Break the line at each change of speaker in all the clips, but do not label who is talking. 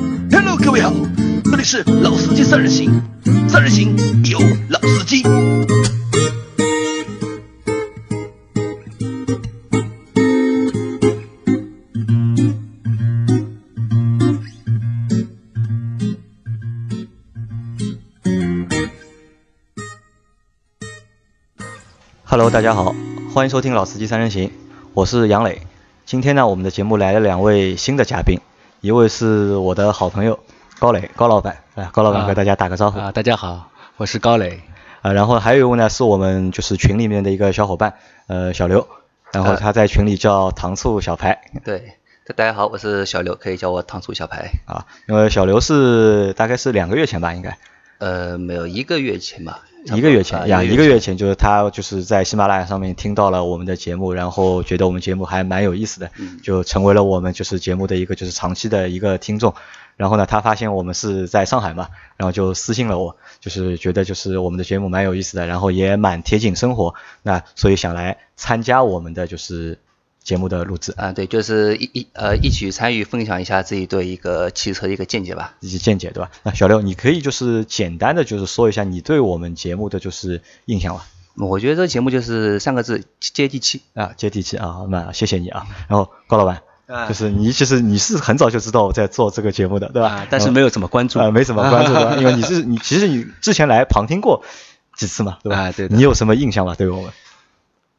了，这里是老司机三人行，三人行有老司机。
Hello，大家好，欢迎收听《老司机三人行》，我是杨磊。今天呢，我们的节目来了两位新的嘉宾，一位是我的好朋友高磊，高老板，啊，高老板
啊
和大家打个招呼
啊，大家好，我是高磊。
啊。然后还有一位呢，是我们就是群里面的一个小伙伴，呃，小刘，然后
啊
他在群里叫糖醋小排
对，大家好，我是小刘，可以叫我糖醋小排。
啊，因为小刘是大概是两个月前吧，应该
呃，没有一个月前吧，差
一
不多
个月
啊
前呀，
一
一个月前就是他就是在喜马拉雅上面听到了我们的节目，然后觉得我们节目还蛮有意思的，
嗯
就成为了我们就是节目的一个就是长期的一个听众。然后呢，他发现我们是在上海嘛，然后就私信了我，就是觉得就是我们的节目蛮有意思的，然后也蛮贴近生活，那所以想来参加我们的就是节目的录制
啊，对，就是一一呃一起参与分享一下自己对一个汽车的一个见解吧。
以及见解，对吧？那小刘，你可以就是简单的就是说一下你对我们节目的就是印象吧。
我觉得这个节目就是三个字，接地气。
啊，接地气啊，那谢谢你啊。然后高老板，
啊
就是你其实你是很早就知道我在做这个节目的，对吧？
啊，但是没有怎么关注
啊、没怎么关注的，因为你是你其实你之前来旁听过几次嘛，对吧？
啊对的
你有什么印象吗？对于我们，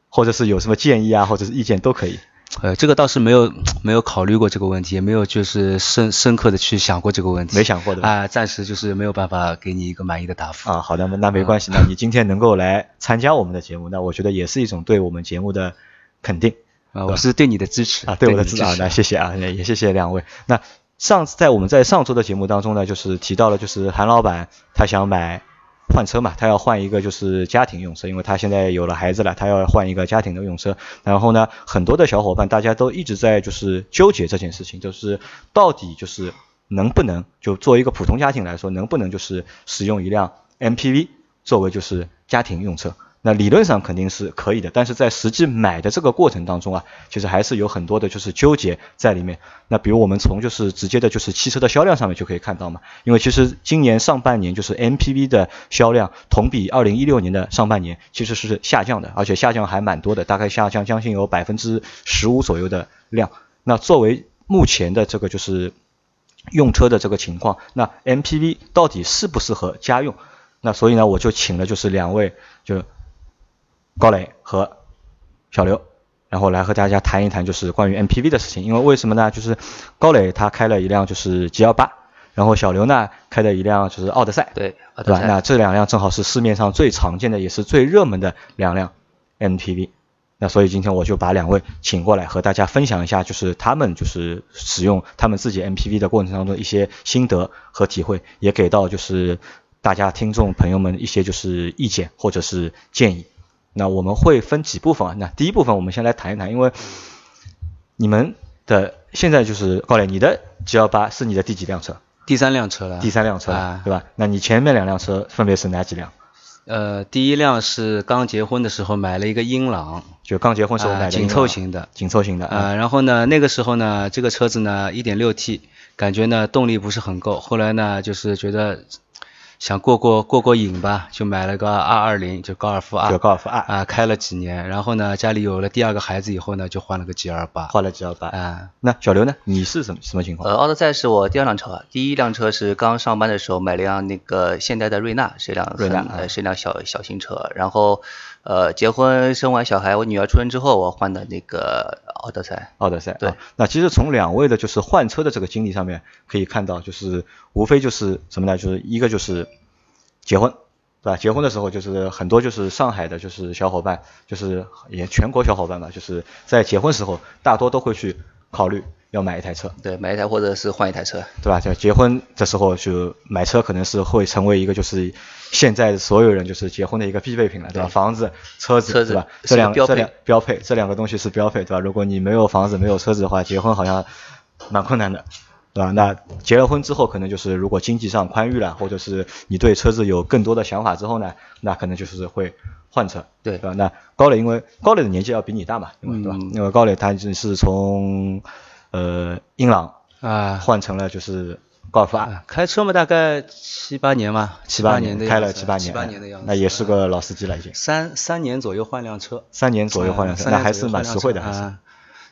或者是有什么建议啊，或者是意见都可以。
呃，这个倒是没有没有考虑过这个问题，也没有就是深深刻的去想过这个问题，
没想过对吧
啊，暂时就是没有办法给你一个满意的答复。
啊，好的，那那没关系，那你今天能够来参加我们的节目，那我觉得也是一种对我们节目的肯定。
啊，我是对你的支持
啊，对我的
你
指导，
持
那谢谢啊，也也谢谢两位。那上次在我们在上周的节目当中呢，就是提到了，就是韩老板他想买换车嘛，他要换一个就是家庭用车，因为他现在有了孩子了，他要换一个家庭的用车。然后呢，很多的小伙伴大家都一直在就是纠结这件事情，就是到底就是能不能就作为一个普通家庭来说，能不能就是使用一辆 MPV 作为就是家庭用车？那理论上肯定是可以的，但是在实际买的这个过程当中啊，其实还是有很多的就是纠结在里面。那比如我们从就是直接的就是汽车的销量上面就可以看到嘛，因为其实今年上半年就是 MPV 的销量同比二零一六年的上半年其实是下降的，而且下降还蛮多的，大概下降将近有百分之十五左右的量。那作为目前的这个就是用车的这个情况，那 MPV 到底适不适合家用？那所以呢，我就请了就是两位就高磊和小刘，然后来和大家谈一谈就是关于 MPV 的事情。因为为什么呢？就是高磊他开了一辆就是 G 1 8然后小刘呢开了一辆就是奥德赛，
对，啊，
对吧？
才
那这两辆正好是市面上最常见的，也是最热门的两辆 MPV。那所以今天我就把两位请过来，和大家分享一下，就是他们就是使用他们自己 MPV 的过程当中的一些心得和体会，也给到就是大家听众朋友们一些就是意见或者是建议。那我们会分几部分啊？那第一部分我们先来谈一谈，因为你们的现在就是高磊，你的 G 1 8是你的第几辆车？
第三辆车了，
第三辆车，
啊
对吧？那你前面两辆车分别是哪几辆？
呃，第一辆是刚结婚的时候买了一个英朗，
就刚结婚时候买的、
啊紧凑型的
紧凑型的啊、
呃，然后呢，那个时候呢，这个车子呢，一点六 T，感觉呢动力不是很够。后来呢，就是觉得想过过过过瘾吧，就买了个 R 二零，就高尔夫 R，
就高尔夫 R
啊，开了几年。然后呢，家里有了第二个孩子以后呢，就换了个 G 二八，
换了 G 幺八。
啊，
那小刘呢？你是什么什么情况？
呃，奥德赛是我第二辆车，第一辆车是刚上班的时候买了辆那个现代的瑞纳，是一辆
瑞纳
很
啊
呃是一辆小小型车。然后，呃，结婚生完小孩，我女儿出生之后，我换的那个奥德赛。
奥德赛
对
啊，那其实从两位的就是换车的这个经历上面可以看到，就是无非就是什么呢？就是一个就是结婚，对吧？结婚的时候就是很多就是上海的就是小伙伴，就是也全国小伙伴吧，就是在结婚时候大多都会去考虑要买一台车，
对，买一台或者是换一台车。
对吧？就结婚的时候就买车，可能是会成为一个就是现在所有人就是结婚的一个必备品了，对吧？房子、车子，
车子
对吧？
是
这两
个标
这
配
两标配这两个东西是标配，对吧？如果你没有房子、没有车子的话，结婚好像蛮困难的。对吧？那结了婚之后，可能就是如果经济上宽裕了，或者是你对车子有更多的想法之后呢，那可能就是会换车，
对嗯
吧？那高磊因为高磊的年纪要比你大嘛，因为对吧？因为高磊他是从呃英朗
啊
换成了就是高尔夫 R
啊，开车嘛，大概七八年吧，
七
八
年
的
开
样
了
子
七八
七
年，
八年的样子，
那也是
啊
个老司机了已经，
三三年左右换辆车，
三年左右换辆
啊
车，
三
那
年
还
左
是
右
蛮
换
实
辆
惠
车
的，还是。
啊，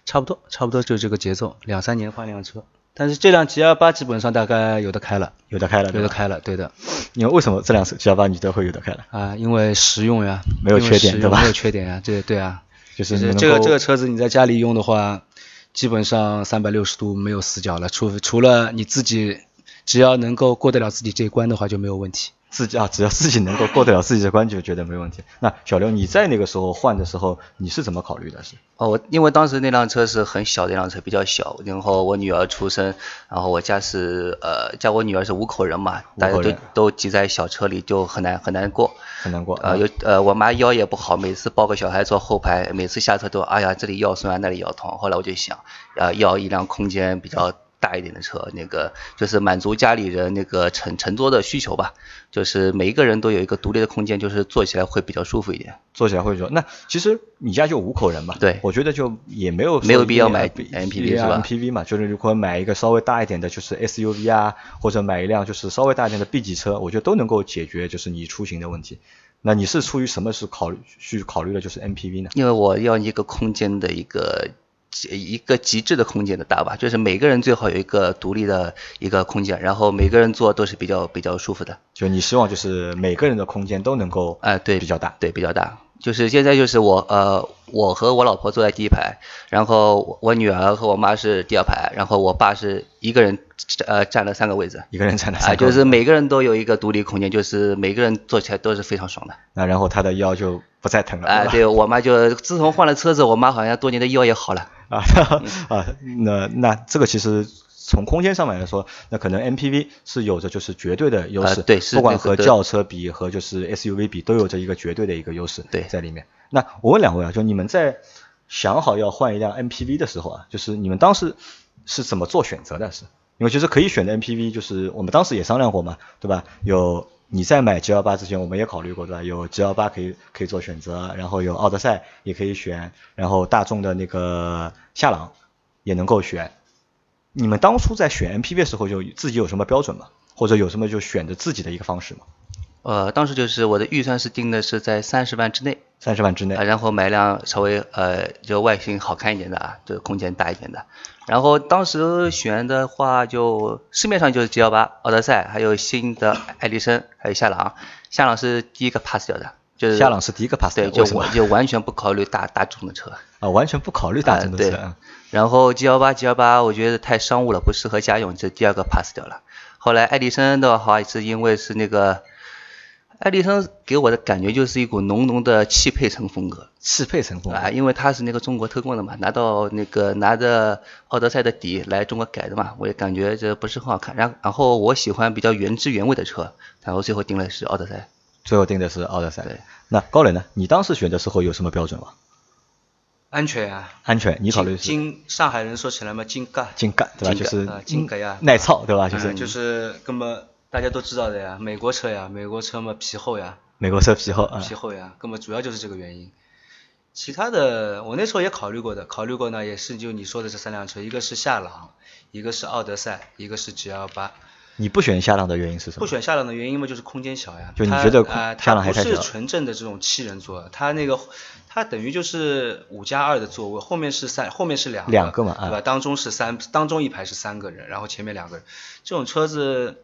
差不多，差不多就这个节奏，两三年换辆车。但是这辆 G L 八基本上大概有的开了，
有的开了，
有
对
的
吧。
开了，对的
你们为什么这辆 G L 八你都会有的开了？
啊，因为实用呀，
没有
因为
缺点
实
对
用
吧
没有缺点呀，对对 啊，
就是
就
你
是
能
这个
够
这个车子你在家里用的话，基本上三百六十度没有死角了，除除了你自己，只要能够过得了自己这一关的话就没有问题。
自己啊，只要自己能够过得了自己的关就觉得没问题。那小刘，你在那个时候换的时候，你是怎么考虑的？是
哦，我因为当时那辆车是很小的一辆车，比较小。然后我女儿出生，然后我家是呃家我女儿是五口人嘛，
五
大家
口
都
人
都挤在小车里，就很难很难过。
很难过
啊
呃，有呃，我妈腰也不好，每次抱个小孩坐后排，每次下车都哎呀这里腰酸啊，那里腰痛。后来我就想，呃，要一辆空间比较大一点的车，那个就是满足家里人那个乘乘坐的需求吧，就是每一个人都有一个独立的空间，就是坐起来会比较舒服一点。
坐起来会说，那其实你家就五口人嘛，
对
我觉得就也没有说
没有必要
一定
买
比
MPV 是吧
MPV 嘛，就是如果买一个稍微大一点的，就是 SUV 啊，或者买一辆就是稍微大一点的 B 级车，我觉得都能够解决就是你出行的问题。那你是出于什么是考虑去考虑的就是 MPV 呢？
因为我要一个空间的一个极一个极致的空间的大吧，就是每个人最好有一个独立的一个空间，然后每个人坐都是比较比较舒服的。
就你希望就是每个人的空间都能够
哎、对，
比较大，
对，比较大。就是现在就是我呃，我和我老婆坐在第一排，然后我我女儿和我妈是第二排，然后我爸是一个人呃占了三个位置。
一个人才能
啊、就是每个人都有一个独立空间，就是每个人坐起来都是非常爽的。
那然后他的腰就不再疼了，
哎、
吧
对我妈就自从换了车子，我妈好像多年的腰也好了。
啊啊，那那这个其实从空间上面来说，那可能 MPV 是有着就是绝对的优势，
啊对是
不管
这个
和
对
轿车比和就是 SUV 比，都有着一个绝对的一个优势
对
在里面。那我问两位啊，就你们在想好要换一辆 MPV 的时候啊，就是你们当时是怎么做选择的？是因为其实可以选的 MPV，就是我们当时也商量过嘛，对吧？有你在买 G L 八之前，我们也考虑过，对吧？有 G L 八可以可以做选择，啊然后有奥德赛也可以选，然后大众的那个夏朗也能够选。你们当初在选 MPV 的时候，就自己有什么标准吗？或者有什么就选择自己的一个方式吗？
呃，当时就是我的预算是定的是在三十万之内，
三十万之内
哎
啊，，然后买辆稍微呃就外形好看一点的啊，就是空间大一点的。然后当时选的话就，市面上就是 G 幺八、奥德赛，还有新的艾力绅，还有夏朗。夏朗是第一个 pass 掉的，就是
夏朗是第一个 pass 掉
对，
的
就
为什么
我就完全不考虑大大众的车。
啊，完全不考虑
哎
大众的
啊对
车啊。
然后 G 幺八 G 幺八，我觉得太商务了，不适合家用，这第二个 pass 掉了。后来艾力绅的话，是因为是那个艾力绅给我的感觉就是一股浓浓的汽配城风格，
适配成功
哎
啊，因为他是那个中国特供的嘛，拿到那个拿着奥德赛的底来中国改的嘛，我也感觉这不是很好看。然然后我喜欢比较原汁原味的车，然后最后定了是奥德赛。
最后定的是奥德赛。
对，
那高磊呢？你当时选择时候有什么标准吗？
安全呀、
安全，你考虑是
京上海人说起来嘛，京尬，
紧干对吧？
紧
就
干
是
啊紧干呀
耐操对吧？就
哎
是
就是根本大家都知道的呀，美国车呀，美国车嘛皮厚呀，
美国车皮厚啊
皮，厚呀，根本主要就是这个原因。其他的，我那时候也考虑过的，考虑过呢，也是就你说的这三辆车，一个是夏朗，一个是奥德赛，一个是 G L 八。
你不选夏朗的原因是什么？
不选夏朗的原因嘛，就是空间小呀。
就你
它
觉得空
啊，
夏
它
朗还
不
太
是
小
纯正的这种七人座，它那个它等于就是五加二的座位，后面是三，后面是两
两个嘛啊
对吧？当中是三，当中一排是三个人，然后前面两个人，这种车子。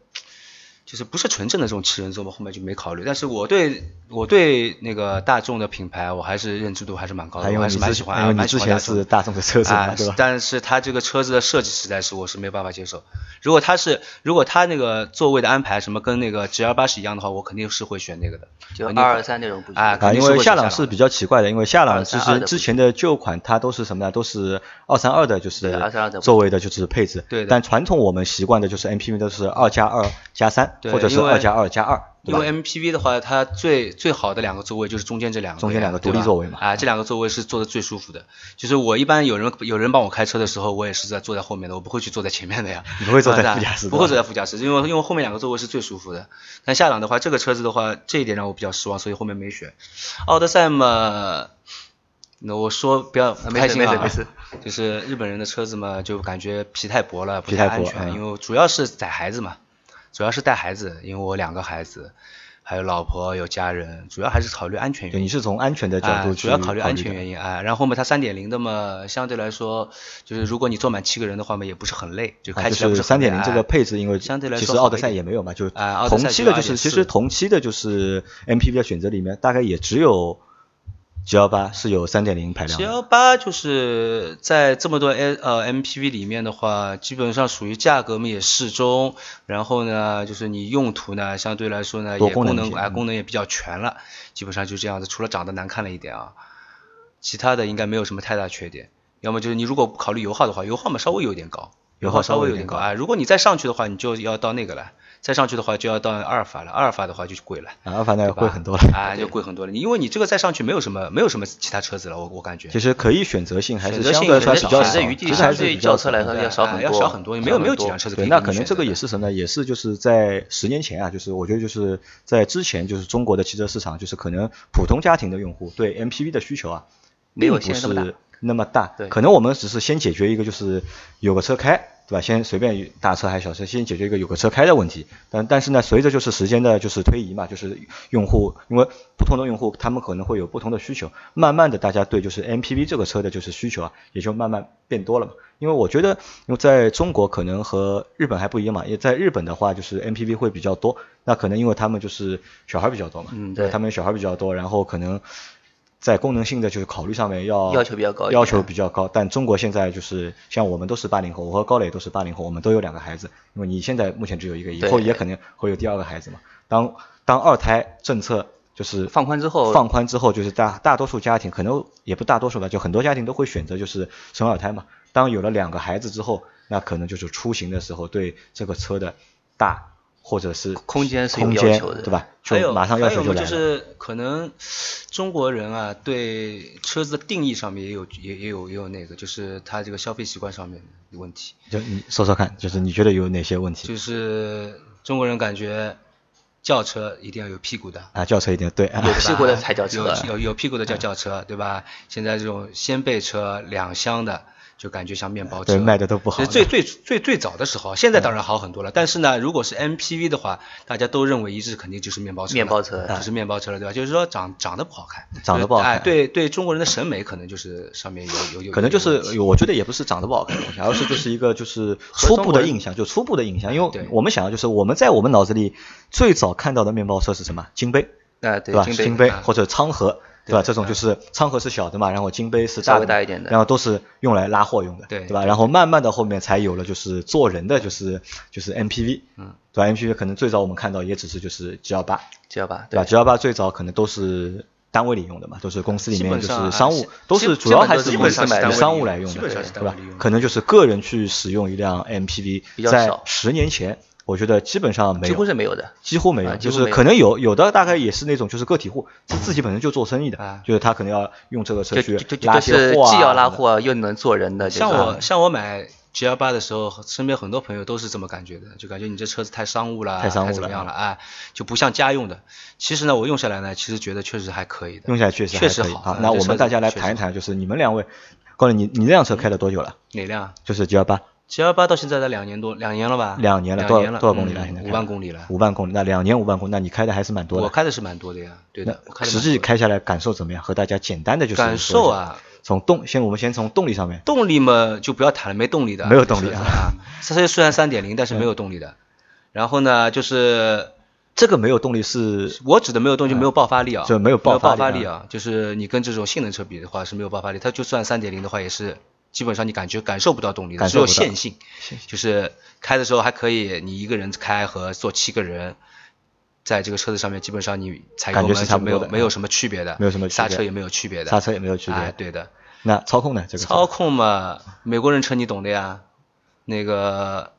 就是不是纯正的这种七人座嘛，后面就没考虑。但是我对我对那个大众的品牌，我还是认知度还是蛮高的，
还
我
有
还
你
是蛮
之
喜
前
欢，
还有
啊
你
蛮喜
之
欢
前
众
是大众的车主嘛
啊，
对吧？
但是它这个车子的设计实在是我是没办法接受。如果它是如果它那个座位的安排什么跟那个 G L 八是一样的话，我肯定是会选那个的。
就
肯定
二
会
二三那种布局
啊
啊，
肯定
因
是
为
会
夏
选
朗
夏
是
朗
比较奇怪的，因为夏朗其
232的
实
不
之
是
前的旧款它都是什么呢？都是二三二的，就是
对232的不
座位的，就是配置。
对的
但传统我们习惯的就是 MPV 都是二加二加三，
对
或者是
因为
二加二加二，对
因
吧
为？M P V 的话，它最最好的两个座位就是中间这两个呀，
中间两个独
对
立
吧
座位嘛
啊，这两个座位是坐的最舒服的。就是我一般有人有人帮我开车的时候，我也是在坐在后面的，我不会去坐在前面的呀。
你不会坐在
啊
副驾驶
不
对吧
会坐在副驾驶，因为因为后面两个座位是最舒服的。但夏朗的话，这个车子的话，这一点让我比较失望，所以后面没选。奥德赛嘛，那我说不要
没
开
事
心啊，
没事
就是日本人的车子嘛，就感觉皮太薄了，不
皮太薄
安全，
嗯
因为主要是载孩子嘛，主要是带孩子，因为我两个孩子，还有老婆有家人，主要还是考虑安全
就
原因
你。是从安全的角
啊，
度去
主要考虑安全
因。
原因啊。然后嘛，它三点零的嘛，相对来说，就是如果你坐满七个人的话嘛，也不是很累，就
啊
开
就
起来不
是
很
三
累
点零这个
啊
配置，因为
相对来
其
说
实
好
奥德
一
赛
点
也没有嘛，就
啊奥德
同
赛
期
就
的就是其实
2.4
同期的就是 MPV 的选择里面，大概也只有 G 幺八是有三点零排量
七
的，
幺八就是在这么多 A 呃 MPV 里面的话，基本上属于价格嘛也适中，然后呢，就是你用途呢相对来说呢
多
也
功能
功
一
能
些
啊、
嗯
功能也比较全了，基本上就这样子，除了长得难看了一点啊，其他的应该没有什么太大缺点。要么就是你如果不考虑油耗的话，油耗嘛稍微有点高，
油
油
耗
耗
稍
稍
微
微
有
有
点
点
高
高啊。如果你再上去的话，你就要到那个了，再上去的话就要到阿尔法了，阿尔法的话就贵了。
啊，反正
对吧
会很多了。
啊，就贵很多了。你因为你这个再上去没有什么没有什么其他车子了，我我感觉
其实可以选择性还是
选择
相
性
对来说还
选
是
择
比较
选
少，
择
余地
其实
相
还是
对
比较
轿车来
少
说
的
对
要少
啊
很
要
多
少很多，
少
没有没有
很
几
多啊
辆车子可
对，
以
那
给你
可能
选
这个
择
也
的
是什么呢？也是就是在十年前啊，就是我觉得就是在之前就是中国的汽车市场，就是可能普通家庭的用户对 MPV 的需求啊，
没有
并不
现在这么大
是那么大。
对
可能我们只是先解决一个就是有个车开，对吧？先随便大车还是小车，先解决一个有个车开的问题。但但是呢，随着就是时间的就是推移嘛，就是用户因为不同的用户他们可能会有不同的需求，慢慢的大家对就是 MPV 这个车的就是需求啊，也就慢慢变多了嘛。因为我觉得，因为在中国可能和日本还不一样嘛，也在日本的话就是 MPV 会比较多，那可能因为他们就是小孩比较多嘛，
嗯
对
他们小孩比较多，然后可能在功能性的就是考虑上面要
要求比较高一
哦
点
要求比较高。但中国现在就是像我们都是八零后，我和高磊都是八零后，我们都有两个孩子，因为你现在目前只有一个，以
对
后也肯定会有第二个孩子嘛。当当二胎政策就是
放宽之后
放宽之后，就是大大多数家庭可能也不大多数吧，就很多家庭都会选择就是生二胎嘛。当有了两个孩子之后，那可能就是出行的时候对这个车的大或者是
空间是有
空
要
间
求的
对吧？
还有
就马上要求
还有
就
嘛
来
就
了。
是可能中国人啊，对车子的定义上面也有也也有也有那个，就是他这个消费习惯上面的问题。
就你说说看，就是你觉得有哪些问题？
就是中国人感觉轿车一定要有屁股的，
啊，轿车一点对啊，
有
对吧
屁股的才叫车
有有有屁股的叫轿车，
嗯
对吧？现在这种掀背车两厢的，就感觉像面包车，
对卖得都不好嗯
其实最最最最早的时候，现在当然好很多了。但是呢，如果是 MPV 的话，大家都认为一致，肯定就是面包车了，啊
面包车
就是面包车了，对吧？就是说长长得不好看，
长得不好看
哎，对对，中国人的审美可能就是上面有有有，
可能就
有问题
是我觉得也不是长得不好看的东西，而是就是一个 就是初步的印象，就初步的印象，因为
对
我们想要就是我们在我们脑子里最早看到的面包车是什么？金杯，
啊，
对
对
吧？，
金
金
杯
杯或者昌河，对吧？这种就是昌河是小的嘛，然后金杯是大
稍微
的，
大一点的
然后都是用来拉货用的，
对
吧？然后慢慢的后面才有了就是做人的就是就是 MPV，
嗯，
对吧？MPV 可能最早我们看到也只是就是 G 幺八，
知道吧？
对吧？G 幺八最早可能都是单位里用的嘛，都是公司里
基
面
本
就
上
是
啊
商务
基，
都
基
是
本
主要还
上
是
基
以
本上是单位
商
利
务
用
来用
基
的，
本
对
上是单位
吧
利用？的
可能就是个人去使用一辆 MPV，
比较
在
少
十年前，我觉得基本上没
几
有
乎。是没有的。
几乎没有，
啊几
就
乎
是
没有
可能有有的大概也是那种就是个体户，他自己本身就做生意的
啊，
就是他可能要用这个车
就
去
就就
拉
就
些
是
货啊，
既要拉货又能做人的，
像
就是
我像我买 G 1 8的时候，身边很多朋友都是这么感觉的，就感觉你这车子太商务了，
太商务了
怎么样了啊，就不像家用的。其实呢，我用下来呢，其实觉得确实还可以的，
用起来确实
确
还
实
可以
好
啊
嗯。
那
这
我
车
们
子
大家来
确实
谈一谈，就是你们两位，高磊，你你那辆车开了多久了？
哪辆
就是 G 幺八，
？G 1 8到现在才两年多，两年了吧？
两年了，
啊两
多
年
少
了，嗯
多少公里了？现在
五万公里了。
五万公里，那两年五万公里，那你开的还是蛮多
我
的。
开的是蛮多的呀，对的，我
那
开的
实
蛮多
际
的
开下来感受怎么样？和大家简单的就是
感
说一
受
下，
啊，
从动先我们先从动力上面，
动力嘛就不要谈了，没动力的，
没有动力啊
这车子啊。它虽然三点零，但是没有动力的。然后呢，就是
这个没有动力是
我指的没有动力就没有爆发力啊，
哎就没
没
有
有
爆发力啊
力啊，就是你跟这种性能车比的话是没有爆发力，它就算三点零的话也是基本上你感觉感受不到动力
感
的，只
受不
有
到
线性，就是开的时候还可以，你一个人开和坐七个人。在这个车子上面，基本上你踩
感
油
觉是
门
差
是
不
没
多的
有没有什么区别的，
没有什么区别
刹车也没有区别的，
刹车也没有区别
哎对的，
那操控呢？这个车
操控嘛，美国人车你懂的呀，那个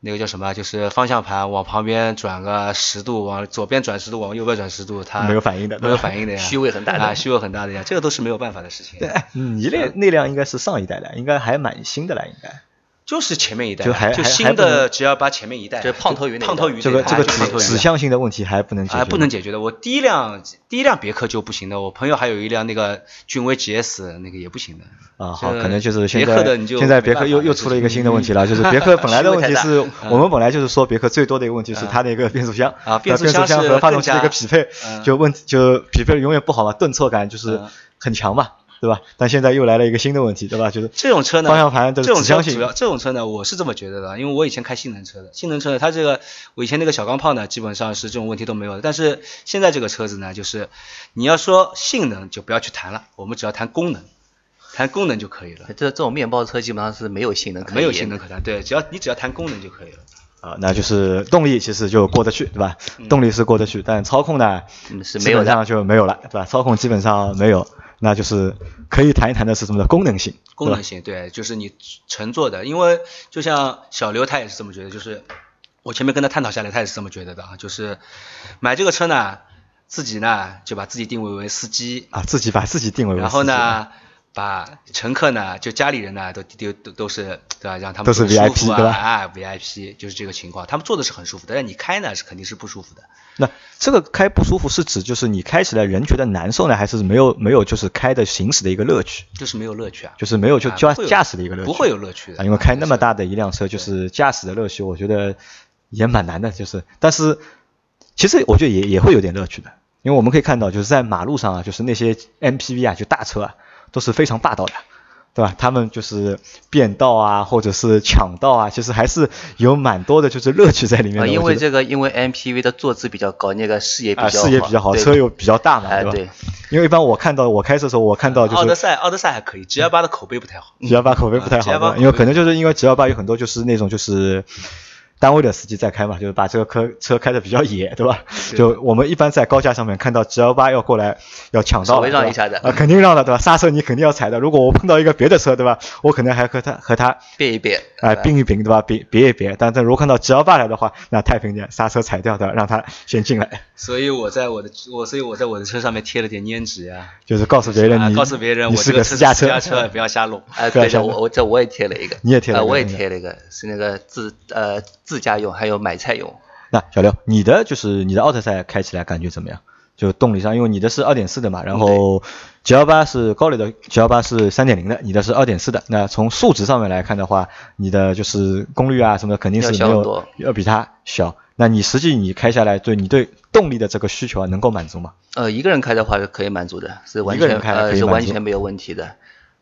那个叫什么啊，就是方向盘往旁边转个十度，往左边转十度，往右边转十度，它
没有反应的对吧
没有反应的呀，
虚位很大的
啊，虚位很大的呀， 这个都是没有办法的事情。
嗯
啊
对，哎
嗯
你那那辆应该是上一代的，应该还蛮新的了，应该
就是前面一代，
就还还还
新
不能
的 G 二八前面一代，
就是胖头鱼那一代
胖头鱼
这个
那一
这
代
个
就是胖头
指
鱼
指向性的问题还不能解决，
啊，不能解决的。我第一辆第一辆别克就不行的，我朋友还有一辆那个君威 GS 那个也不行的。
啊，好，
这
可能就是现
别克的
在
你就
现在
没
别
办
克
法
又
了
又
就
出了
是
一个新的问题 了，就是别克本来的问题
虚
是我们本来就是说别克最多的一个问题是它的一个变速箱
嗯啊
变
变速箱
箱
是
和发动
更
机的一个
加
匹配，
嗯
就问题就匹配永远不好嘛，顿挫感就是
嗯
很强嘛，对吧？但现在又来了一个新的问题，对吧？就是
这种车呢，
方向盘的
这种
指向
车
性
主要这种车呢，我是这么觉得的，因为我以前开性能车的，性能车呢，它这个我以前那个小钢炮呢，基本上是这种问题都没有的。但是现在这个车子呢，就是你要说性能就不要去谈了，我们只要谈功能，谈功能就可以了，
这这种面包车基本上是没有性能可言啊的，
没有性能可谈。对，只要你只要谈功能就可以了。
啊、那就是动力其实就过得去，对吧？
嗯
动力是过得去，但操控呢，
嗯是
基
没有
本
的
上就没有了，对吧？操控基本上没有，那就是可以谈一谈的是什么呢？功能性，
功能性，对，就是你乘坐的，因为就像小刘他也是这么觉得，就是我前面跟他探讨下来，他也是这么觉得的啊，就是买这个车呢，自己呢就把自己定位为司机，
啊，自己把自己定位为
然后
司机啊，
呢把乘客呢就家里人呢都都都都是对吧，让他们
都是
坐得舒
VIP
服啊
对吧
啊 VIP 就是这个情况，他们坐的是很舒服的，但你开呢是肯定是不舒服的。
那这个开不舒服是指就是你开起来人觉得难受呢，还是没有没有就是开的行驶的一个乐趣，
就是没有乐趣啊，
就是没有就
啊
驾
不会有
驾驶的一个乐趣，
不会有乐趣的
啊，因为开那么
就是
大的一辆车，就是驾驶的乐趣，我觉得也蛮难的，就是，但是其实我觉得也也会有点乐趣的，因为我们可以看到，就是在马路上啊，就是那些 MPV 啊，就大车啊，都是非常霸道的。对吧？他们就是变道啊，或者是抢道啊，其实还是有蛮多的，就是乐趣在里面的。
啊，因
我觉
为
得
这个因为 MPV 的坐姿比较高，那个视野比
啊，
较
视野比较好，
对
车又比较大嘛，
哎
吧？
对
因为一般我看到我开车的时候，我看到就
奥德
是
赛，奥德赛还可以，G 1 8的口碑不太好。
G 幺八口碑不太
嗯
好，对
啊
吧
G28
因为可能就是因为 G 幺八有很多就是那种就是单位的司机在开嘛，就是把这个车车开的比较野，对吧？就我们一般在高架上面看到 G 幺八要过来要抢道
稍
了，
微
对吧
让一下的
啊，肯定让的，对吧？刹车你肯定要踩的。如果我碰到一个别的车，对吧？我可能还和他和他
变一变，
哎，
对吧
并一并，对吧？别别一别，但但如果看到 G 幺八来的话，那太平点，刹车踩掉的，让他先进来，
所以我在我的 我所以我在我的车上面贴了点粘纸呀、
就是告诉别人
啊
你，
告诉别人
你
我
是
这
个
个
私
私
家车，
家车，不要瞎弄。
哎，
对
对
像
的，我我这我也贴了一个，
你也贴了一
啊
个
我也
那个
贴了一个，是那个自呃自驾用，还有买菜用，
那小刘，你的就是你的奥德赛开起来感觉怎么样？就动力上，因为你的是二点四的嘛，然后 G 幺八是高磊的，G 幺八是三点零的，你的是二点四的。那从数值上面来看的话，你的就是功率啊什么的肯定是
要小
没
很
有
多
要比它小。那你实际你开下来，对你对动力的这个需求啊，能够满足吗？
呃，一个人开的话是可以满足的，是完
一个
全
人开还可以
呃是
满
完
足
全没有问题的。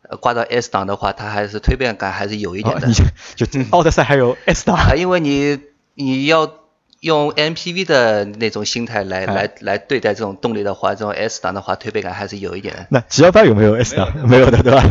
呃，挂到 S 档的话，它还是推背感还是有一点
哦
的
你，就就奥德赛还有 S 档，
啊，因为你你要用 MPV 的那种心态
啊
来来来对待这种动力的话，这种 S 档的话，推背感还是有一点的。
那 G 幺八有没有 S 档？没有的，对吧？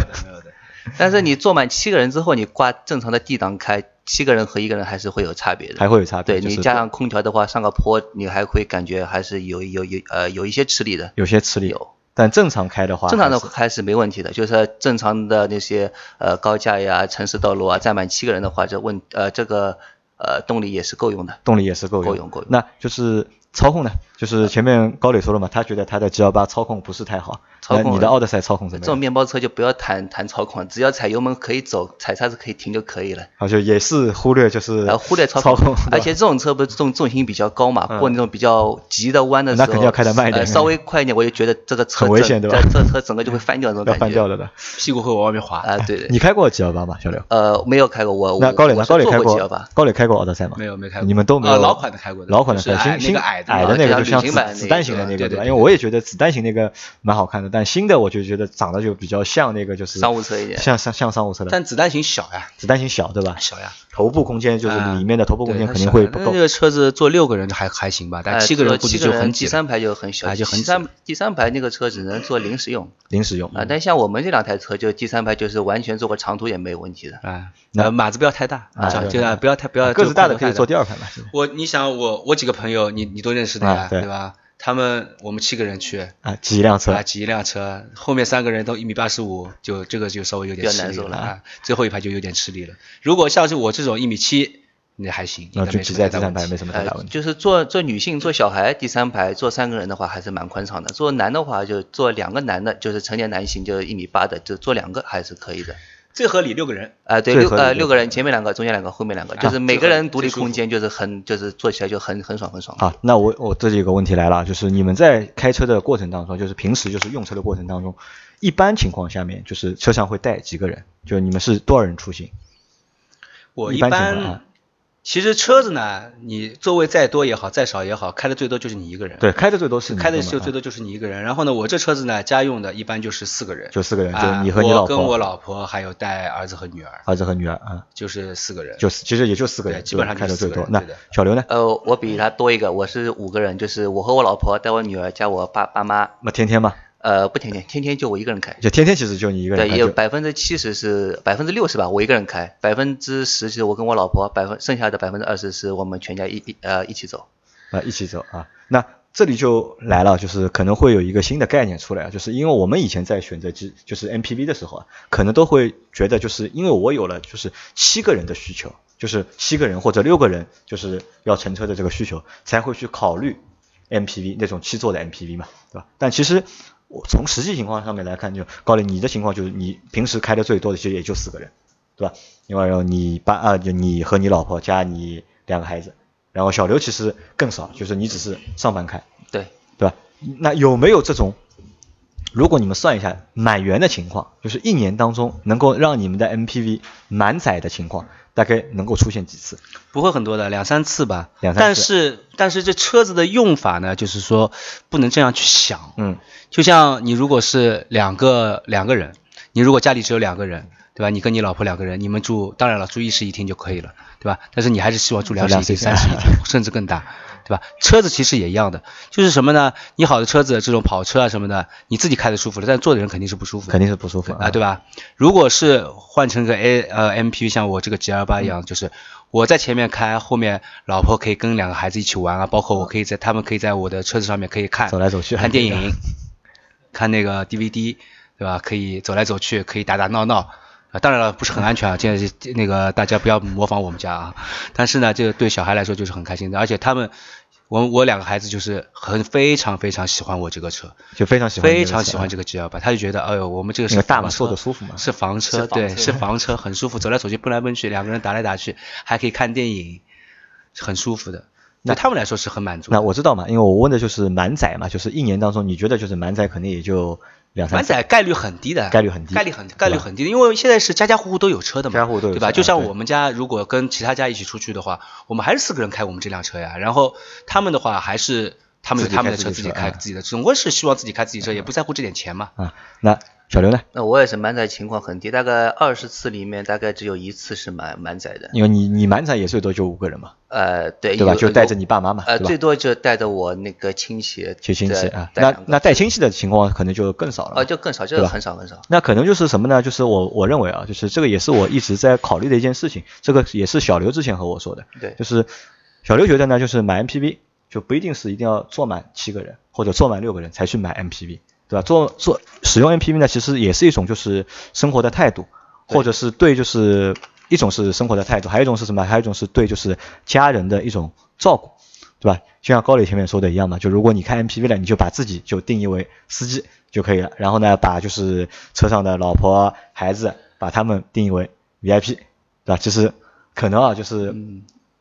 但是你坐满七个人之后，你挂正常的 D 档开，七个人和一个人还是会有差别的。
还会有差别，
对
啊就
你
是
加上空调的话，上个坡你还会感觉还是有有有呃有一些吃力的。
有些吃力
有，
但正常开的话，
正常的还是没问题的，就是正常的那些呃高架呀、城市道路啊，站满七个人的话，这问呃这个呃动力也是够用的。
动力也是够用，
够用够嗯用
那就是操控呢，就是前面高磊说了嘛，他觉得他的 G 幺八操控不是太好，
操控
那你的奥德赛操控怎
这
么
种
样？
面包车就不要谈谈操控，只要踩油门可以走，踩刹车可以停就可以了。
好像也是忽略就是
然后呃忽略操
操控，
而
对吧
且这种车不是重重心比较高嘛，
嗯
过那种比较急的弯的时
那
候，
肯定要开得慢一点
呃稍微快一点，我就觉得这个车
很危险对
整
吧
这这车整个就会翻掉那种
要
感
换
觉。
掉了的。
屁股会往外面滑。
啊，对
你
对。
开过 G 幺八吗，小刘？
呃，没有开过我，
那
我
高磊
我
呢？
是
高磊
坐
开
过 G
过
幺八，
高磊开过奥德赛吗？
没有没开过
你们都没有。
呃老款的开过的
老款的
啊
就是
开，
矮
新
那个
新
矮的
矮的
嘛
那
就
个
像
就像
旅
子
行版那
子
个
弹型的
对
那个
对
吧？
对
因为我也觉得子弹型那个蛮好看的，但新的我就觉得长得就比较像那个就是
商务车一点
像像像商务车的。
但子弹型小呀，
子弹型小对吧？
小呀，
头部空间就是
啊
里面的头部空
对
间
它
肯定
小
会
呀
不
那
够
这。个车子坐六个人还还行吧，但
呃
七个人
坐
估计
七个
就很
人
挤
第
了。
三排就很小，
啊就很
第三第三排那个车只能坐临时用
临时用
啊、但像我们这两台车，就第三排就是完全坐个长途也没有问题的。
啊，
那
呃，码子不要太大，
啊
这样
对
这样不要太不要
个子大的
就
可以
宽
坐第二排嘛。
我你想我我几个朋友，你你都认识的呀
啊，对
对吧？他们我们七个人去，
啊，挤一辆车
啊，，挤一辆车，后面三个人都一米八十五，就这个就稍微有点
比较
吃
难
力
受了
啊，最后一排就有点吃力了。如果像是我这种一米七，那还行，
然后
应
就
该没
挤
什么
在
太
第
大
三
问
排
题啊
没什么太大
呃，
问题。
就是坐坐女性、坐小孩第三排，坐三个人的话还是蛮宽敞的。坐男的话就坐两个男的，就是成年男性就一米八的，就坐两个还是可以的。
最合理六个人，
啊，对，
最
六
合理
呃
的啊
六个人，前面两个，中间两个，后面两个，就是每个人独立空间，就是很就是做起来就很很爽很爽。
好，那我我这里有个问题来了，就是你们在开车的过程当中，就是平时就是用车的过程当中，一般情况下面就是车上会带几个人？就你们是多少人出行？
我
一
一
般情况下啊
般其实车子呢，你座位再多也好，再少也好，开的最多就是你一个人。
对，开的最多是你
开的
嘛
就最多就是你一个人。然后呢，我这车子呢，家用的一般就是四个人，
就四个人，就
啊，
你和你老
我跟我
婆、
老婆还有带儿子和女儿，
儿子和女儿啊，
就是四个人。
就是其实也就四个人，
对基本上
开
就
的
是
最
四个
多
人。
那
对的
小刘呢？
呃，我比他多一个，我是五个人，就是我和我老婆带我女儿加我爸爸妈，
那天天嘛，
呃，不天天，天天就我一个人开。
就天天其实就你一个人
对，
开
也有
就。
百分之七十是百分之六十吧，我一个人开，百分之十是我跟我老婆，百分剩下的百分之二十是我们全家一一呃一起走。
啊，一起走啊。那这里就来了，就是可能会有一个新的概念出来，啊就是因为我们以前在选择机就是 MPV 的时候啊，可能都会觉得就是因为我有了就是七个人的需求，就是七个人或者六个人就是要乘车的这个需求，才会去考虑 MPV 那种七座的 MPV 嘛，对吧？但其实。我从实际情况上面来看就，高林，你的情况就是你平时开的最多的其实也就四个人，对吧？另外有你爸啊，就你和你老婆加你两个孩子，然后小刘其实更少，就是你只是上班开，
对，
对吧？那有没有这种，如果你们算一下满员的情况，就是一年当中能够让你们的 MPV 满载的情况，大概能够出现几次？
不会很多的，两三次吧。
两三次
但是但是这车子的用法呢，就是说不能这样去想。
嗯，
就像你如果是两个两个人，你如果家里只有两个人，对吧？你跟你老婆两个人，你们住当然了，住一室一厅就可以了，对吧？但是你还是希望住两室一厅、
住两
三
室
室
一
一
厅
厅，甚至更大，对吧？车子其实也一样的，就是什么呢？你好的车子，这种跑车啊什么的，你自己开的舒服了，但坐的人肯定是不舒服的，
肯定是不舒服
啊，对吧？如果是换成个 A 呃 MPV，像我这个 G 2
嗯
8一样，就是我在前面开，后面老婆可以跟两个孩子一起玩啊，包括我可以在他们可以在我的车子上面可以看
走来走去
看电影，看那个 DVD，对吧？可以走来走去，可以打打闹闹。啊，当然了，不是很安全啊，现在是那个大家不要模仿我们家啊。但是呢，这个对小孩来说就是很开心的，而且他们，我我两个孩子就是很非常非常喜欢我这个车，
啊就非常喜欢这个
非
车
常喜欢这个 G L 八，他就觉得，哎呦，我们这个
那
是
个大嘛
房车
坐着舒服嘛
是房车，
是房
对，
车
是房车，很舒服，走来走去，奔来奔去，两个人打来打去，还可以看电影，很舒服的。对他们来说是很满足的。
那我知道嘛，因为我问的就是满载嘛，就是一年当中你觉得就是满载可能也就两三
满
次，
载概率很低的，
概率很低
概率很
对吧
概率很低的，因为现在是家家户户都有车的嘛，
家家户户都有
对吧？
车
就像
对
我们家如果跟其他家一起出去的话，我们还是四个人开我们这辆车呀，然后他们的话还是他们有
自己
他们
开
的车，
自己
自己
车
开
嗯
自己的，总归是希望自己开自己车，也不在乎这点钱嘛。
啊。那小刘呢？
那我也是满载情况很低，大概二十次里面大概只有一次是满满载的。
因为你你满载也最多就五个人嘛，
呃，对，
对吧？
有
就带着你爸妈嘛，
呃，
对
最
吧？
多就带着我那个亲戚，
去亲戚
对
啊，
带
那
两个
那带亲戚的情况可能就更少了嘛。
呃
哦
就更少，就
对
是
吧
很少很少。
那可能就是什么呢？就是我我认为啊，就是这个也是我一直在考虑的一件事情。这个也是小刘之前和我说的，
对
就是小刘觉得呢，就是买 MPV 就不一定是一定要坐满七个人或者坐满六个人才去买 MPV，对吧？坐坐使用 MPV 呢，其实也是一种就是生活的态度，
对
或者是对就是一种是生活的态度，还有一种是什么？还有一种是对就是家人的一种照顾。对吧？就像高磊前面说的一样嘛，就如果你开 MPV 了，你就把自己就定义为司机就可以了。然后呢，把就是车上的老婆、孩子，把他们定义为 VIP，对吧？就是可能啊，就是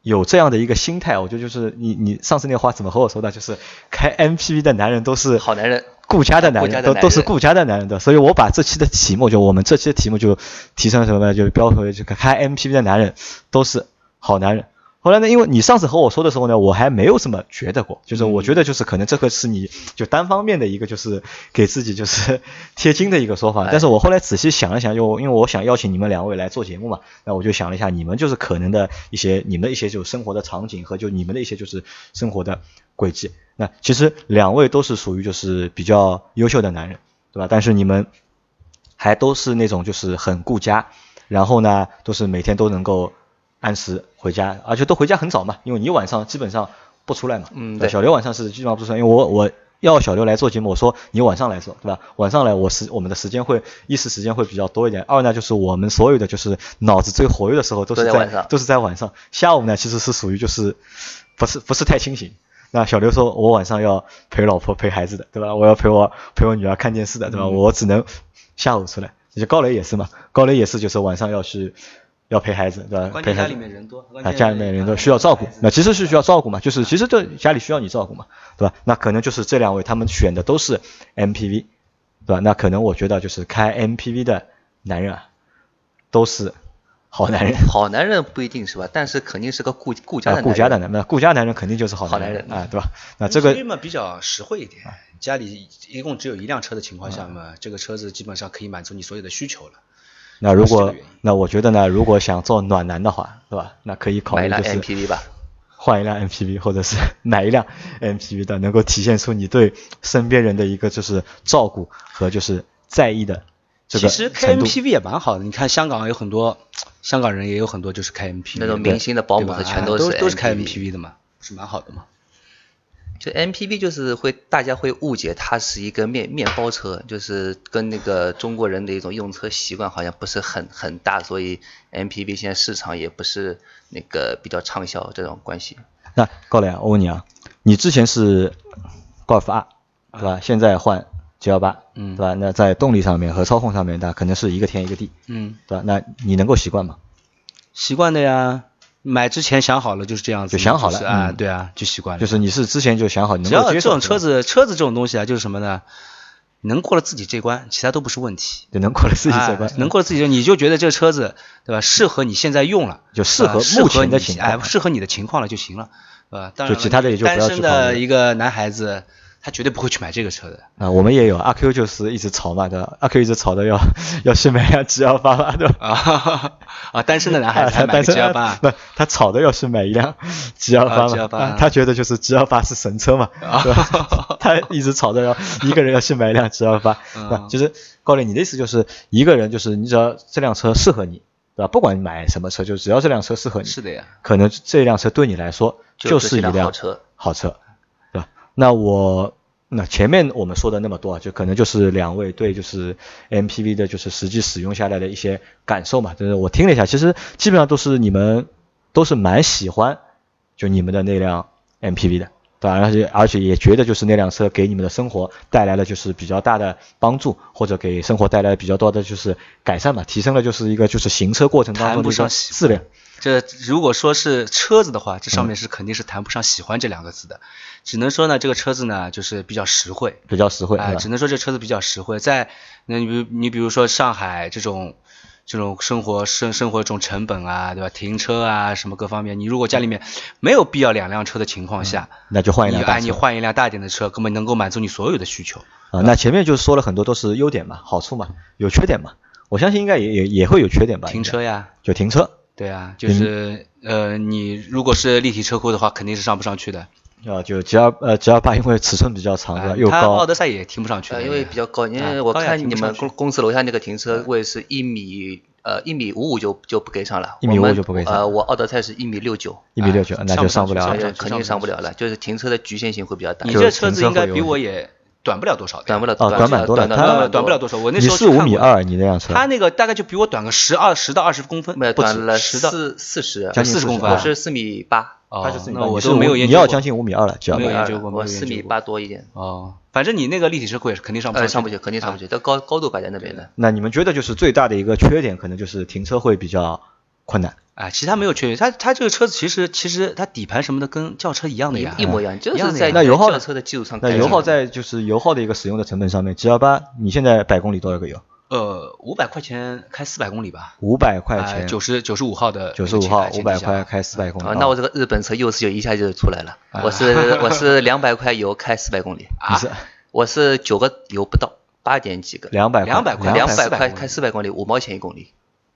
有这样的一个心态，我觉得就是你你上次那个话怎么和我说的？就是开 MPV 的男人都是
好男人
顾家的男
顾家
人，
的
都
男
都是
人
顾家的男人的。所以我把这期的题目，就我们这期的题目就提成什么呢？就标回这个开 MPV 的男人都是好男人。后来呢，因为你上次和我说的时候呢，我还没有这么觉得过，就是
嗯
我觉得就是可能这个是你就单方面的一个就是给自己就是贴金的一个说
哎
法，但是我后来仔细想了想，就因为我想邀请你们两位来做节目嘛，那我就想了一下你们就是可能的一些你们的一些就是生活的场景和就你们的一些就是生活的轨迹。那其实两位都是属于就是比较优秀的男人，对吧？但是你们还都是那种就是很顾家，然后呢都是每天都能够按时回家，而且都回家很早嘛，因为你晚上基本上不出来嘛。
嗯
对
对
小刘晚上是基本上不出来，因为我我要小刘来做节目，我说你晚上来做，对吧？晚上来我时我们的时间会一是时间会比较多一点，二呢就是我们所有的就是脑子最活跃的时候都是
都在晚上
都是在晚上，下午呢其实是属于就是不是不是太清醒。那小刘说，我晚上要陪老婆陪孩子的，对吧？我要陪我陪我女儿看电视的，对吧？我只能下午出来，就高磊也是嘛，高磊也是就是晚上要去要陪孩子，对吧？
关
陪
键
孩
家
子
里面人多，关
啊，
键
家里面人都需要照顾，那其实是需要照顾嘛，就是其实这家里需要你照顾嘛，对吧？那可能就是这两位他们选的都是 MPV，对吧？那可能我觉得就是开 MPV 的男人啊，都是好男人，
好男人不一定是吧，但是肯定是个顾顾家 的
啊，
男人。
顾家的男，那顾家男人肯定就是好
好
男
男
人
人
啊，对吧？那这个啊
MPV 嘛比较实惠一点，家里一共只有一辆车的情况下嘛，这个车子基本上可以满足你所有的需求了。
那如
是这个
果
原因
那我觉得呢，如果想做暖男的话，对吧？那可以考
买
虑
一辆
就是
MPV 吧。
换一辆 MPV，或者是 买一辆 MPV 的，能够体现出你对身边人的一个就是照顾和就是在意的这个
其实开
程度。
MPV 也蛮好的，你看香港有很多，香港人也有很多就是开 MPV
那种
的
明星的保姆
对吧
的全
啊
都
都
是
是开
MPV
MPV 的嘛，不是蛮好的嘛。
就 MPV 就是会大家会误解它是一个面面包车，就是跟那个中国人的一种用车习惯好像不是很很大，所以 MPV 现在市场也不是那个比较畅销这种关系。
那高磊啊，我问你啊，你之前是高尔夫 R 对吧？现在换 G 幺八，
嗯
对吧？那在动力上面和操控上面，那可能是一个天一个地，
嗯，
对吧？那你能够习惯吗？
习惯的呀，买之前想好了就是这样子嘛，
就想好了
就是啊，
嗯
对啊，就习惯了。
就是你是之前就想好，你能
只
够
要
接
这
受
种车
子，
子，车子这种东西啊，就是什么呢？能过了自己这关，其他都不是问题。
对吧就能过了自己这关
哎，能过了自己这关，你就觉得这车子对吧，适合你现在用了，
就适合
呃适
目前的
你
情况
哎，适合你的情况了就行了，呃，当然
就其他的也就不要
单身
去考虑了
的一个男孩子，他绝对不会去买这个车的。
啊、我们也有阿 Q 就是一直吵嘛，对吧？阿 Q 一直吵的要要去买辆 G 幺八嘛，对吧？
啊哈哈啊！单身的男孩
啊，
子 还
他
买个
单
G
身
幺八，
不，他吵的要是买一辆 G 幺八
啊
嘛
，G28
啊他觉得就是 G 幺八是神车嘛，
啊
对吧？ 他一直吵着要一个人要去买一辆 G 幺
啊
八，对吧？就是高磊，你的意思就是一个人就是你只要这辆车适合你，对吧？不管你买什么车，就只要这辆车适合你，
是的呀。
可能这辆车对你来说
就是
一
一辆
辆
好车，
好车，对吧？那我那前面我们说的那么多啊，就可能就是两位对就是 MPV 的就是实际使用下来的一些感受嘛，就是我听了一下，其实基本上都是你们都是蛮喜欢就你们的那辆 MPV 的，对吧？而且而且也觉得就是那辆车给你们的生活带来了就是比较大的帮助，或者给生活带来了比较多的就是改善嘛，提升了就是一个就是行车过程当
谈
中的
不
一个
上喜
质量。
这如果说是车子的话，这上面是肯定是谈不上喜欢这两个字的，只能说呢，这个车子呢就是比较实惠，
比较实惠，
哎、
对吧
只能说这车子比较实惠。在那你比你比如说上海这种这种生活生生活这种成本啊，对吧？停车啊什么各方面，你如果家里面没有必要两辆车的情况下，
嗯那就换一辆
你
大
哎
车
你换一辆大点的车，根本能够满足你所有的需求。
啊，那前面就说了很多都是优点嘛，好处嘛，有缺点嘛，我相信应该也也也会有缺点吧。
停
应
车呀，
该就停车，
对啊，
嗯
就是、呃，你如果是立体车库的话，肯定是上不上去的。
啊，就 G 二呃 G 二八因为尺寸比较长对吧，
哎
又
它奥
高，
德赛也停不上去的，
呃，因为比较高，因
哎
为我
高呀
看
停不
你
上
们
去
公公司楼下那个停车位是一米呃一米五五就就不给上了，
1.55
我们
就不给上
呃，我奥德赛是一米六九，
一米六九，那就上不了
上
所
了。
不
以
上去
肯定上不了了，就是停车的局限性会比较大
你，
就
这
是
车
停
子
车
应该
会有
比
问
我也短不了多少的呀，
短不了
哦，短板多了，
短短
它
短
短不了多少我那
你
时候
是
去
五
看
米
过
二，你那辆车，
它那个大概就比我短个十二十到二十公分，
没有
不止
短了
十到
四四十，
将近
40公分
我是四米八，呃
它
哦
是四米
那
八
我
你
都
是
没有
五
研
你
究
要
过
将近五米二了，G 二
没有
八
研究过没有
我
研
四
究
米
过
八多一点，
哦，反正你那个立体车库也是肯定上不
呃，
上
上不
去啊
去，
的，
肯定上不去，这高高度摆在那边的。
那你们觉得就是最大的一个缺点，可能就是停车会比较困难。
哎，其他没有缺点，它它这个车子其实其实它底盘什么的跟轿车一样的呀，嗯
一一模一样，就
一样
是
的
在
呀
那油耗
轿车的基础上改
那
进。
油耗在就是油耗的一个使用的成本上面，G 二八你现在百公里多少个油？
呃五百块钱开四百公里吧，
五百块
哎
钱，
九十九十五号的
九十五号，五百块
块
开四百公里
啊，。那我这个日本车优势就一下就出来了。
啊
我是我是两百块油开四百公里，
你是
我是九个油不到，八点几个，
啊两百
200块
两
200 400
百块
公里
开四百公里，五毛钱一公里。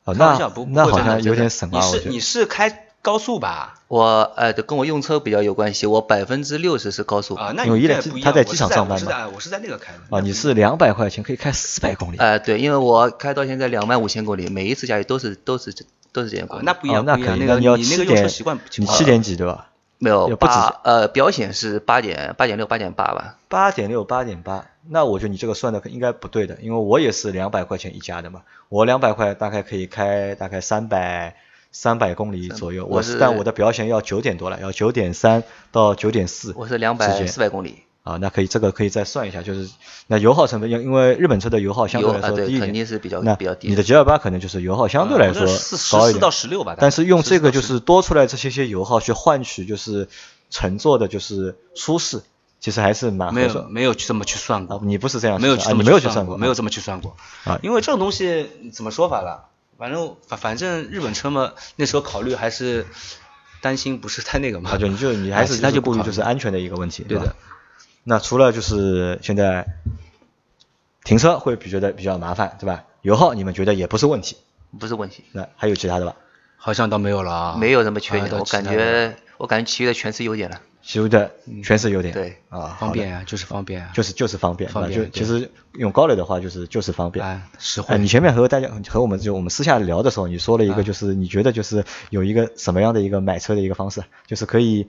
哦，
开玩
那
笑不不
那
会
好
真的
像有
真
点省
你
啊，我
是
觉
你
得。
是开高速吧？
我呃，对跟我用车比较有关系，我百分之六十是高速。
啊，那
因为
你
伊
这
莱
也
基
不一
他
样
在
我
机
是
场上班
我是
嘛
在哎我是在那个开的
啊，你是两百块钱可以开四百
哎
公里，
呃，对，因为我开到现在两万五千公里，每一次加油都是都是这都是这样公
啊
里。
那不一
哦
样，
那
不一
可
样
以，
那个
你要
你那
七
个用车
点
习惯不，啊
你七点几对吧？
没有
也不止
八呃，表显是八点八点六八点八吧。
八点六八点八，那我觉得你这个算的应该不对的，因为我也是两百块钱一家的嘛，我两百块大概可以开大概三百三百公里左右，
我
我
是
但我的表显要九点多了，要九点三到九点四
我是两百四百公里，
啊，那可以这个可以再算一下，就是那油耗成本，因因为日本车的油耗相对
油
来
啊
说
对
低一点，
肯定是比较
那
比较低
你
的
的 G 2 8可能就是油耗相
呃
对来说
四十
高一
四
点，
到十六吧，大概
但是用这个就
14
是多出来这些些油耗去换取就是乘坐的就是舒适，其实还是蛮
没
合
有
算。
没有去这么去算
啊
过，，
你不是这样
没有
去
去
算啊
这么
你没有
去
去算
过，
过，
没有这么去算过
啊
因为这种东西怎么说法了？反正反反正日本车嘛，那时候考虑还是担心不是太那个嘛，
啊，就你就你还是
啊其他
就
就是不
顾虑
考
就是
虑
安全的一个问题，
对
吧
的。
那除了就是现在停车会比觉得比较麻烦，对吧？油耗你们觉得也不是问题，
不是问题，
那还有其他的吧？
好像倒没有了啊，
没有什么缺
好像
点，
倒
我
其他
感
的
觉我感觉其余的全是优点了。
其余的全是优点，
对
啊，好
嗯方
的
便啊，就是方便啊，
就是就是方便，
方
啊
便
就
对
其实用高磊的话就是就是方便。
哎实
哎，
惠
你。前面和大家和我们就我们私下聊的时候，你说了
哎
一个，就是你觉得就是有一个什么样的一个买车的一个方式，就是可以。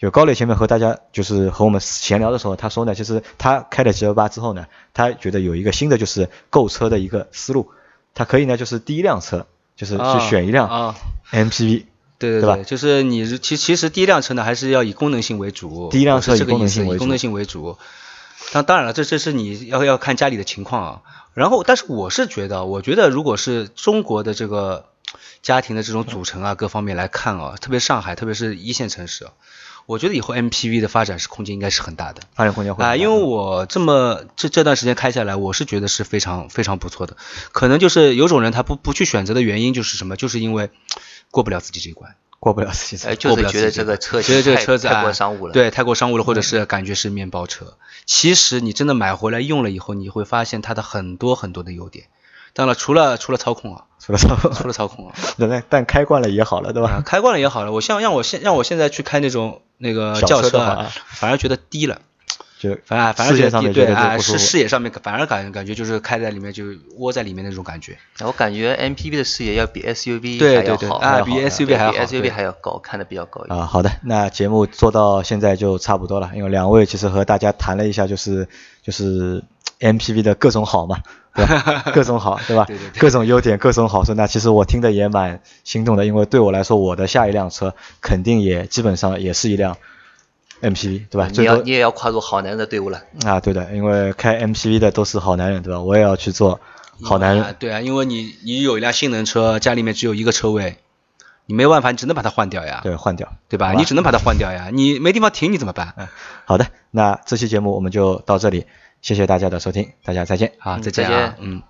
就高磊前面和大家就是和我们闲聊的时候，他说呢，其实他开了 G L 八之后呢，他觉得有一个新的就是购车的一个思路，他可以呢就是第一辆车就是去
啊
选一辆
啊
M P V，、
对对
对吧
就是你是其其实第一辆车呢，还是要以功能性为主。
第一辆车
我是这
以功
个
能
意
性
思，
为主
以功能性为主。当当然了，这这是你要要看家里的情况啊。然后，但是我是觉得，我觉得如果是中国的这个家庭的这种组成啊，各方面来看啊，特别上海，特别是一线城市啊，我觉得以后 MPV 的发展是空间应该是很大的。
发展空间会
啊、
很大
因为我这么这这段时间开下来，我是觉得是非常非常不错的。可能就是有种人他不不去选择的原因就是什么？就是因为过不了自己这一关，
过不了自己这
哎，
一
就
过
是
不了
觉
自
得
己
这个车
觉得这个
太
车子
太过
哎
商务了。
对，太过商务了，或者是感觉是面包车。其实你真的买回来用了以后，你会发现它的很多很多的优点。当然了，除了除了操控啊，
除了说，
除了操控啊，
但但开惯了也好了，对吧？
啊开惯了也好了。我像让我现让我现在去开那种那个
小
轿
车的
车
话
啊，反而觉得低了。
就
反正反正
视觉
觉
上
得
面
对
觉得就
啊，
不舒
是
服
视野上面反而感感觉就是开在里面就窝在里面那种感觉。
我感觉 MPV 的视野要比 SUV
对
还要
对对
好
啊
要
比
好
SUV
对
还要
比
好
SUV
对
还要高，看的比较高一点。
啊，好的，那节目做到现在就差不多了，因为两位其实和大家谈了一下，就是就是 MPV 的各种好嘛，对吧？各种好，对吧？
对对对
各种优点，各种好处。那其实我听的也蛮心动的，因为对我来说，我的下一辆车肯定也基本上也是一辆 MPV，对吧？
嗯你
最
要
多
你也要跨入好男人的队伍了。
啊，对的，因为开 MPV 的都是好男人，对吧？我也要去做好男人。
啊对啊，因为你你有一辆性能车，家里面只有一个车位，你没办法，你只能把它换掉呀，
对，换掉。
对吧？
好吧
你只能把它换掉呀，你没地方停，你怎么办？
好的，那这期节目我们就到这里，谢谢大家的收听，大家再见。
好，
嗯
再见啊
再见，
嗯。